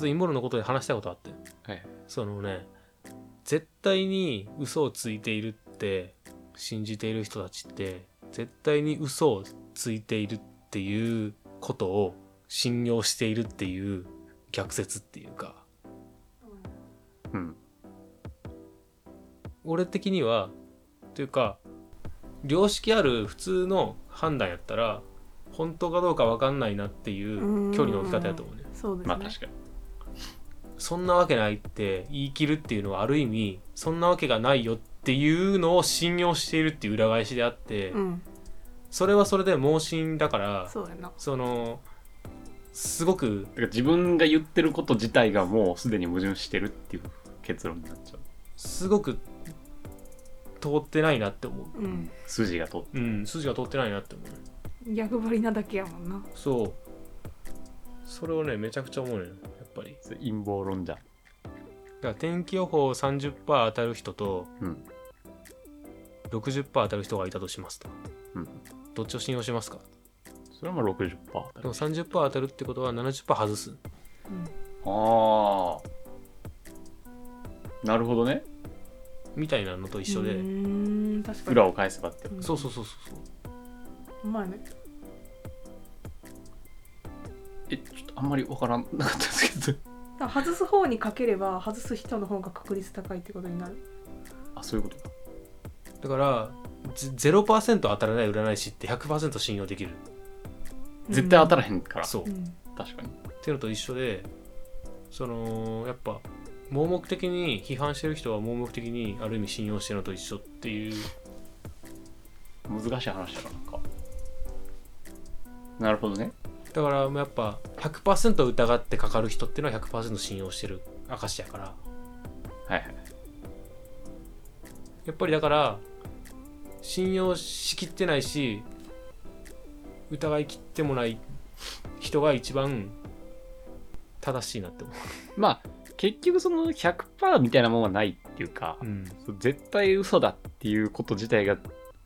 とインボルのことで話したいことあってはい。そのね絶対に嘘をついているって信じている人たちって絶対に嘘をついているっていうことを信用しているっていう逆説っていうかうん。俺的にはというか良識ある普通の判断やったら本当かどうか分かんないなっていう距離の置き方やと思うねそうですね。まあ確かに。そんなわけないって言い切るっていうのはある意味そんなわけがないよっていうのを信用しているっていう裏返しであって、うん、それはそれで盲信だからそそうやな。のすごくだから自分が言ってること自体がもうすでに矛盾してるっていう結論になっちゃう。すごく通ってないなって思うん、筋が通って。ううん筋が通ってないなって思う逆張りなだけやもんな。そうそれをねめちゃくちゃ思うねやっぱりそれ陰謀論だ者。から天気予報30%当たる人とうん。 60%当たる人がいたとしますとうん。どっちを信用しますかそれはまあ60%でも30%当たるってことは70%外すうん、ああ。なるほどね。みたいなのと一緒で、うーん、確かに。裏を返せばって。うんそうそうそうそうそううまいね。え、ちょっとあんまりわからなかったですけど。 だから外す方にかければ外す人の方が確率高いってことになる。あ、そういうことか。だからぜ0%当たらない占い師って100%信用できる絶対当たららへんから。そう、うっん。確かに。ていうのと一緒でそのやっぱ盲目的に批判してる人は盲目的にある意味信用してるのと一緒っていう難しい話だななんかなるほどねだからやっぱ100%疑ってかかる人っていうのは100%信用してる証やからはいはいやっぱりだから信用しきってないし疑いきってもない人が一番正しいなって思まあ結局その100%みたいなもんはないっていうかう、、うん、そう絶対嘘だっていうこと自体が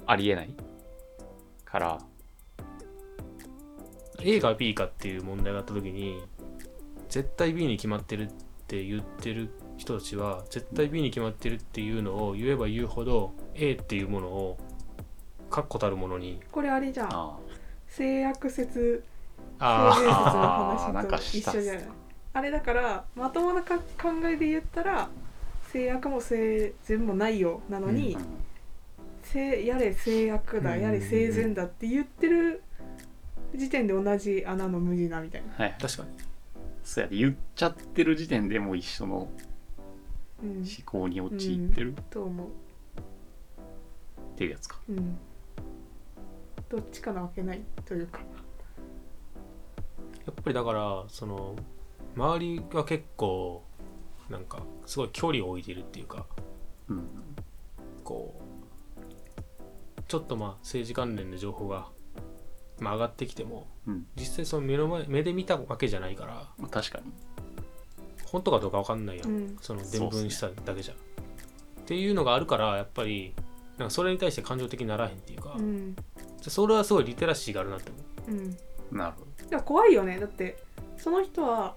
ありえないから A か B かっていう問題があった時に絶対 B に決まってるって言ってる人たちは絶対 B に決まってるっていうのを言えば言うほど A っていうものを確固たるものにこれあれじゃん。あ性悪説性あ善説のあーなんか話とした一緒じゃない。あれだからまともなか考えで言ったら性悪も性善もないよなのに、あ性やれ性悪だ、うんやれ性善だって言ってる時点で同じ穴の無地なみたいな、はいあ 確かにそうやって言っちゃってる時点でもう一緒の思うん、考に陥ってると思っていうやつか、う、うん、どっちかなわけないというかやっぱりだからその周りが結構なんかすごい距離を置いてるっていうかうん、こうちょっとまあ政治関連で情報が、まあ、上がってきても、うん実際その目の前目で見たわけじゃないからまあ確かに本当かどうか分かんないやん、うんその伝聞しただけじゃ、っていうのがあるからやっぱりなんかそれに対して感情的にならへんっていうか、うんそれはすごいリテラシーがあるなって思ううんだなるほどから怖いよねだってその人は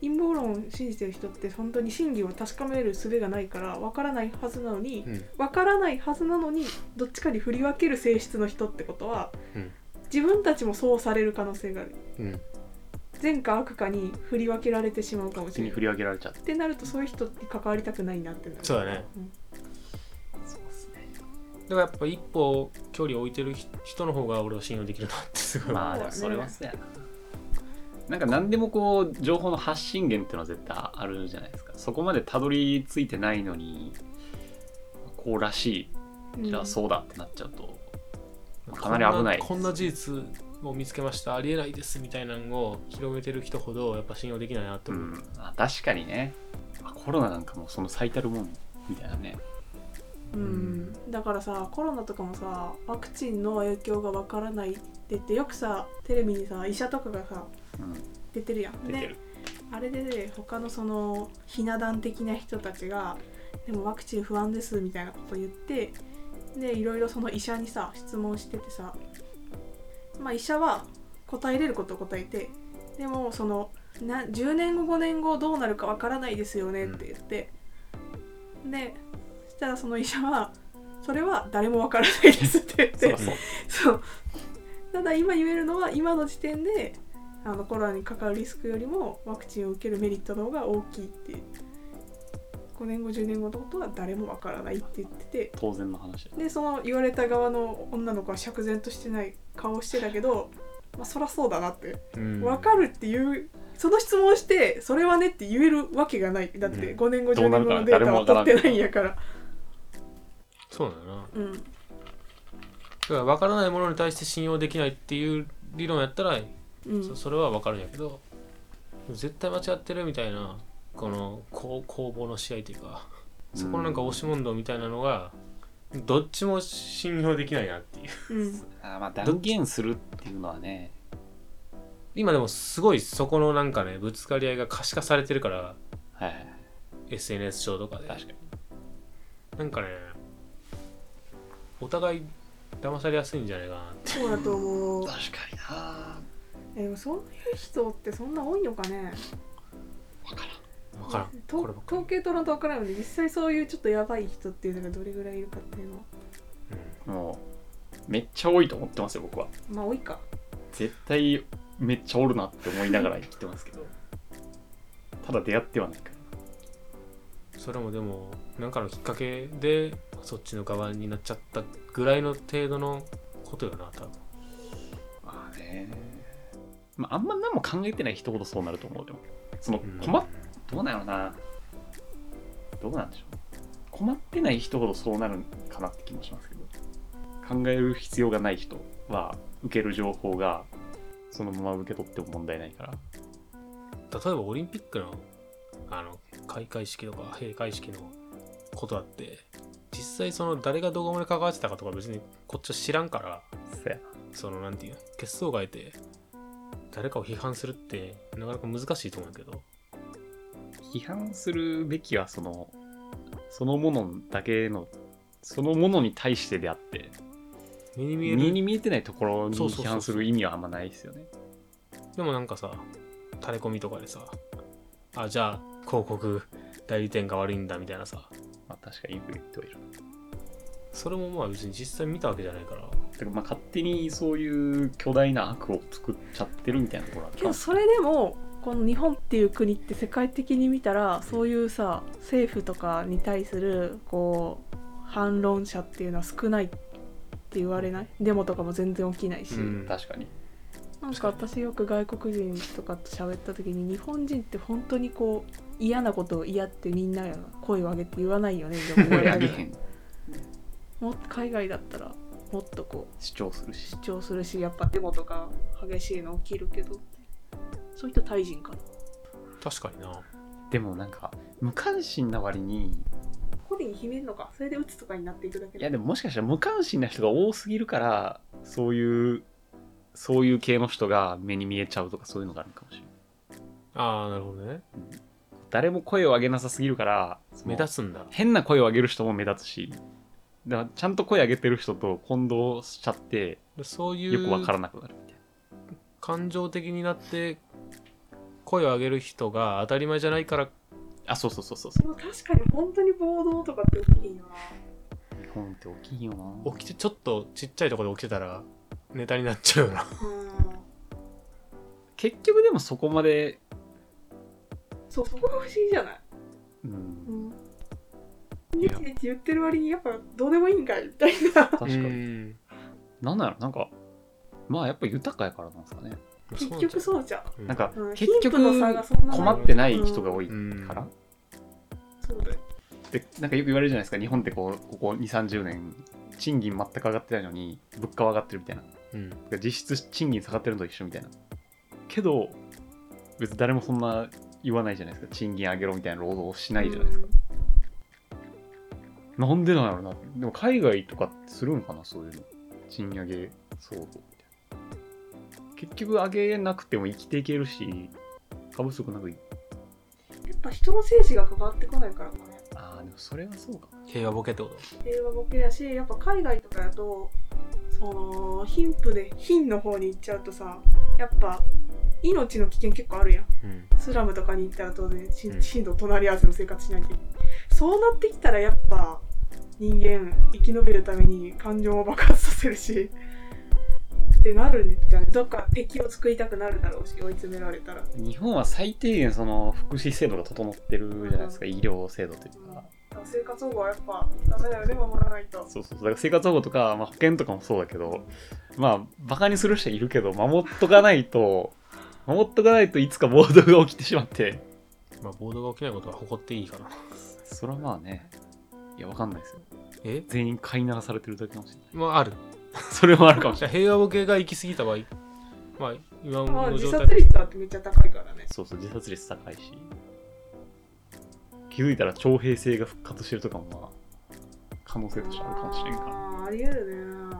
陰謀論を信じてる人って本当に真偽を確かめる術がないからわからないはずなのに、うんわからないはずなのにどっちかに振り分ける性質の人ってことは、うん自分たちもそうされる可能性があるうん善か悪かに振り分けられてしまうかもし手れにない振っり分けられちゃっててなるとそういう人に関わりたくないなってなるそうだねんそうですねだからやっぱ一歩距離を置いてる人の方が俺は信用できるなってすごい思う、まあでもそれはそうやな。なんか何でもこう情報の発信源っていうのは絶対あるじゃないですか。そこまでたどり着いてないのにこうらしうんいじゃあそうだってなっちゃうと、かこんなり危ないこんな事実を見つけましたありえないですみたいなのを広めてる人ほどやっぱ信用できないなってう思う、ん、あ確かにねあコロナなんかもうその最たるもんみたいなね。うんだからさコロナとかもさワクチンの影響がわからないって言ってよくさテレビにさ医者とかがさうん、出てるやん出てるね、あれでね他のそのひな壇的な人たちが「でもワクチン不安です」みたいなこと言ってでいろいろその医者にさ質問しててさまあ医者は答えれることを答えてでもそのな10年後5年後どうなるかわからないですよねって言って、でそしたらその医者は「それは誰もわからないです」って言っそてらそうそうただ今言えるのは今の時点であのコロナにかかるリスクよりもワクチンを受けるメリットの方が大きいって5年後10年後のことは誰もわからないって言ってて当然の話だでその言われた側の女の子は釈然としてない顔をしてたけど、まあ、そらそうだなってうんわかるっていうその質問をしてそれはねって言えるわけがないだってうん5年後ど10うなるか年後のデータは誰も取わっからんてないんやからそうだよなうんだから分からないものに対して信用できないっていう理論やったらうんそそれは分かるんやけど絶対間違ってるみたいなこのこう攻防の試合というかそこのなんか押し問答みたいなのがどっちも信用できないなっていううんあーまあ断言するっていうのはね今でもすごいそこのなんかねぶつかり合いが可視化されてるからはいはいはい SNS 上とかで確かになんかねお互い騙されやすいんじゃないかなってそうだと思う確かえでもそういう人ってそんな多いのかね分からんとこればっかり統計取らんと分からんので実際そういうちょっとやばい人っていうのがどれぐらいいるかっていうのはうになもうめっちゃ多いと思ってますよ僕はまあ多いか絶対めっちゃおるなって思いながら生きてますけどただ出会ってはないからんそれもでもなんかのきっかけでそっちの側になっちゃったぐらいの程度のことよな多分まあねまああんま何も考えてない人ほどそうなると思うでもそのうん困っ、どうなんやろなどうなんでしょう困ってない人ほどそうなるんかなって気もしますけど考える必要がない人は受ける情報がそのまま受け取っても問題ないから例えばオリンピックのあの開会式とか閉会式のことだって実際その誰がどこまで関わってたかとか別にこっちは知らんからそやそのなんていうの結相を変えて誰かを批判するってなかなか難しいと思うけど批判するべきはそのそのものだけのそのものに対してであって目に見え目るに見えてないところにそうそうそう批判する意味はあんまないですよねでもなんかさタレコミとかでさあじゃあ広告代理店が悪いんだみたいなさまあ確かによく言ってはいるそれもまあ別に実際見たわけじゃないからだからまあ勝手にそういう巨大な悪を作っちゃってるみたいなところはあけどるそれでもこの日本っていう国って世界的に見たらそういうさ政府とかに対するこう反論者っていうのは少ないって言われないデモとかも全然起きないし、うん確かになんか私よく外国人とかと喋った時に日本人って本当にこう嫌なことを嫌ってみんなが声を上げて言わないよねで も言われやるりへんもっと海外だったらもっとこう主張するし主張するしやっぱデモとか激しいの起きるけどそういったタイ人かな確かになでもなんか無関心な割に個人に秘めるのかそれで鬱とかになっていくだけいやでももしかしたら無関心な人が多すぎるからそういうそういう系の人が目に見えちゃうとかそういうのがあるかもしれないああなるほどね誰も声を上げなさすぎるからその目立つんだ変な声を上げる人も目立つしだからちゃんと声上げてる人と混同しちゃってでそういよくわうからなくなるみたいな感情的になって声を上げる人が当たり前じゃないからあそうそうそうそうでも確かに本当に暴動とかって大きいよな日本って大きいよな起きてちょっとちっちゃいところで起きてたらネタになっちゃうよなうん結局でもそこまで、そうそこが不思議じゃないうん、んいねやちねち言ってる割にやっぱどうでもいいんかいみたいな確かうにんなんだろうなんかまあやっぱ豊かやからなんですかねそうなん結じゃ局そうじゃん、うなんかうん、結局貧富の差がそんな困ないってない人が多いからうんそうだよでなんかよく言われるじゃないですか日本ってこうここ2 3 0年賃金全く上がってないのに物価は上がってるみたいなうん実質賃金下がってるのと一緒みたいなけど別に誰もそんな言わないじゃないですか賃金上げろみたいな労働をしないじゃないですか、なんでなんやろなでも海外とかってするんかなそういうの賃上げ相当みたいな結局上げなくても生きていけるし過不足なくいうんやっぱ人の生死が関わってこないからかねああでもそれはそうか平和ボケってこと平和ボケやしやっぱ海外とかだとその貧富で貧の方に行っちゃうとさやっぱ命の危険結構あるやんうんスラムとかに行ったら当然しうん震度隣り合わせの生活しなきゃいけないそうなってきたらやっぱ人間生き延びるために感情を爆発させるしってなるんじゃないどっか敵を作りたくなるだろうし追い詰められたら日本は最低限その福祉制度が整ってるじゃないですか、医療制度というか生活保護はやっぱダメだよね守らないとそうそうそうだから生活保護とか、まあ、保険とかもそうだけどまあバカにする人いるけど守っとかない と守っとかないといつか暴動が起きてしまってまあ、暴動が起きないことは誇っていいからそれはまあねいやわかんないですよえ全員飼いならされてるだけかもしれない まああるそれもあるかもしれじゃあ平和ボケが行き過ぎた場合まあ今まあの自状殺態率だってめっちゃ高いからねないそうそう自殺率高いし気づいたら徴兵制が復活してるとかもまあ可能性としてあるかもしれんからあーありえるね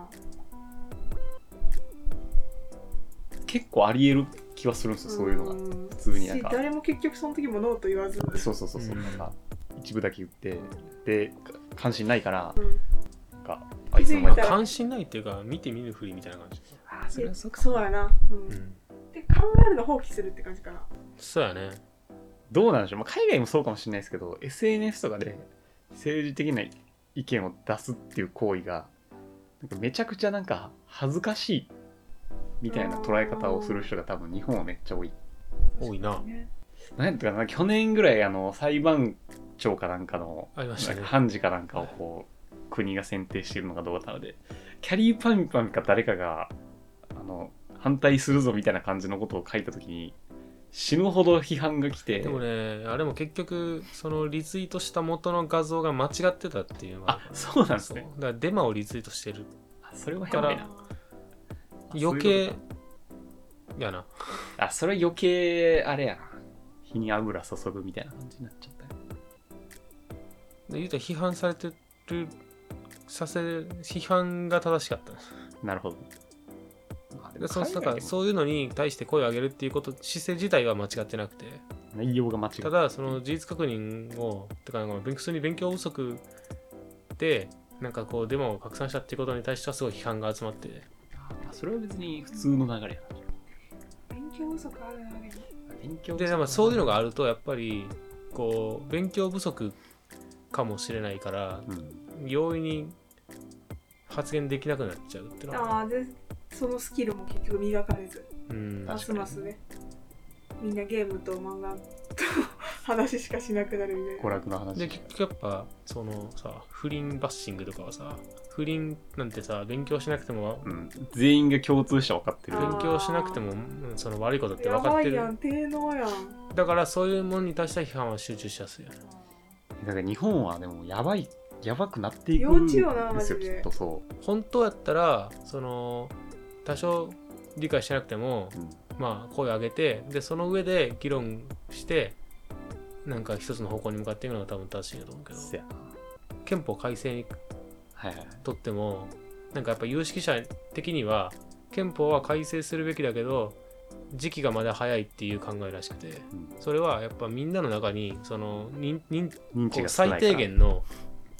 結構ありえる気はするんですよそういうのがん普通になんかし誰も結局その時もノーと言わずそうそうそうそう、うんなんか一部だけ言ってでか関心ないからうんなんかあいつの間まにあか関心ないっていうか見て見ぬふりみたいな感じあそれはそっかそうやな、ううんんで考えるの放棄するって感じかなそうやねどうなんでしょう、まあ、海外もそうかもしれないですけど SNS とかで政治的な意見を出すっていう行為がなんかめちゃくちゃなんか恥ずかしいみたいな捉え方をする人が多分日本はめっちゃ多い多いな確かにね何やったかな去年ぐらいあの裁判長かなんかのありましたなんねか判事かなんかをこう国が選定しているのかどうかなのでキャリーパンパンか誰かがあの反対するぞみたいな感じのことを書いた時に死ぬほど批判が来てでもねあれも結局そのリツイートした元の画像が間違ってたっていうのがあそうなんですそうだねからデマをリツイートしてるあそれはやばいな余そういう計こやなとかあそれは余計あれやな火に油注ぐみたいな感じになっちゃったよで言うたら批判されてるさせ批判が正しかったなるほどまあででもそのな海ん外でもかそういうのに対して声を上げるっていうこと姿勢自体は間違ってなくて内容が間違ったただその事実確認をてかなんか勉普通に勉強不足でなんかこうデマを拡散したっていうことに対してはすごい批判が集まってあそれは別に普通の流れや勉強不足あるなでもな勉強ででもそういうのがあるとやっぱりこう勉強不足かもしれないからうん容易に発言できなくなっちゃうっていうのは、ああでそのスキルも結局磨かれずうん、あま確かすにますねみんなゲームと漫画と話しかしなくなるみ娯たいな楽の話で結局やっぱそのさ不倫バッシングとかはさ不倫なんてさ勉強しなくてもうん、全員が共通して分かってる勉強しなくてもうんその悪いことってや分かっばているやん低能やんだからそういうものに対しては批判は集中しやすいよねだから日本はでもやばいやばくなっていく幼稚よなでマすジよきでっとそ本当やったらその多少理解してなくてもう、うんまあ声を上げてでその上で議論してなんか一つの方向に向かっていくのが多分正しいんだと思うけどせやな憲法改正にはいはいはいとってもなんかやっぱ有識者的には憲法は改正するべきだけど時期がまだ早いっていう考えらしくてうんそれはやっぱみんなの中にその認認認こ知うが少最ないから低限の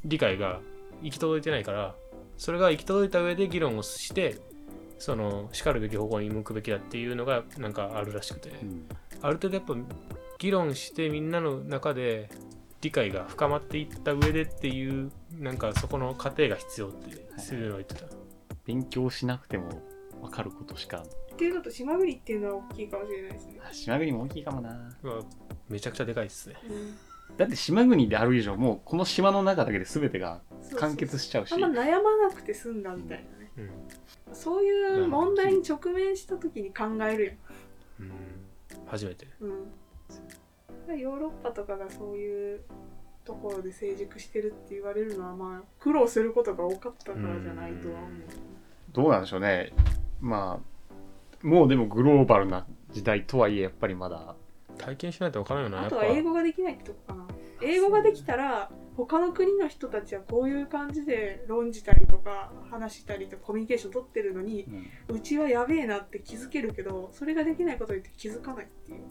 理解が行き届いてないからそれが行き届いた上で議論をしてそのしかるべき方向に向くべきだっていうのがなんかあるらしくて、うんある程度やっぱ議論してみんなの中で理解が深まっていった上でっていうなんかそこの過程が必要ってするのを言ってた、勉強しなくても分かることしかっていうのと島国っていうのは大きいかもしれないですね、あ島国も大きいかもなうわめちゃくちゃでかいっすねうんだって島国である以上もうこの島の中だけで全てがそうそう完結しちゃうしあんま悩まなくて済んだみたいなねうん、そういう問題に直面した時に考えるやんうん初めてうん、ヨーロッパとかがそういうところで成熟してるって言われるのはまあ苦労することが多かったからじゃないとは思う。どうなんでしょうねまあもうでもグローバルな時代とはいえやっぱりまだ体験しないと分からんよなやあっとぱは英語ができないってとこかな。英語ができたら他の国の人たちはこういう感じで論じたりとか話したりとかコミュニケーション取ってるのにうんうちはやべえなって気づけるけどそれができないことにって気づかないっていう。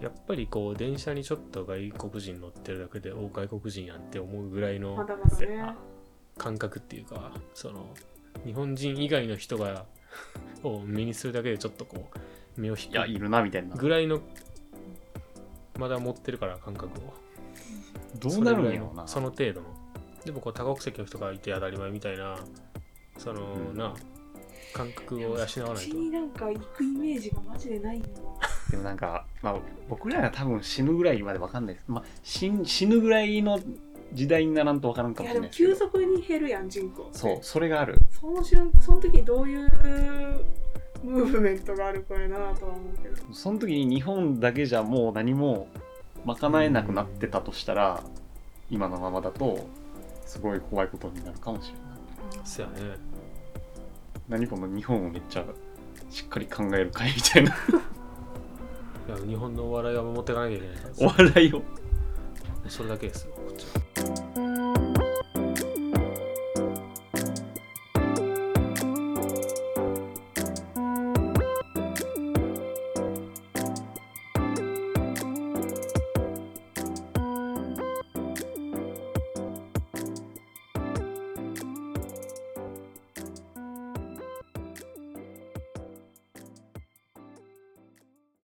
やっぱりこう電車にちょっと外国人乗ってるだけでお外国人やんって思うぐらいまのだまだね。感覚っていうか その日本人以外の人がを目にするだけでちょっとこう身を引いやいくるなみたいなぐらいのまだ持ってるから感覚をどうなそれるぐんらやいろうのなその程度のでもこう多国籍の人がいて当たり前みたいなその、うんな感覚を養わうないちとになんか行くイメージがマジでないんだなでもなんか、まあ、僕らが多分死ぬぐらいまでわかんないです、まあ、死ん死ぬぐらいの時代にならんとわからんかいもしれやでないもですけ急ど速に減るやん人口ってそうそれがあるその瞬その時にどういうムーブメントがあるかやなとは思うけどその時に日本だけじゃもう何も賄えなくなってたとしたら今のままだとすごい怖いことになるかもしれないそうやね何この日本をめっちゃしっかり考える会みたいないや日本のお笑いは守っていかなきゃいけないからお笑いをそれだけですよこっちは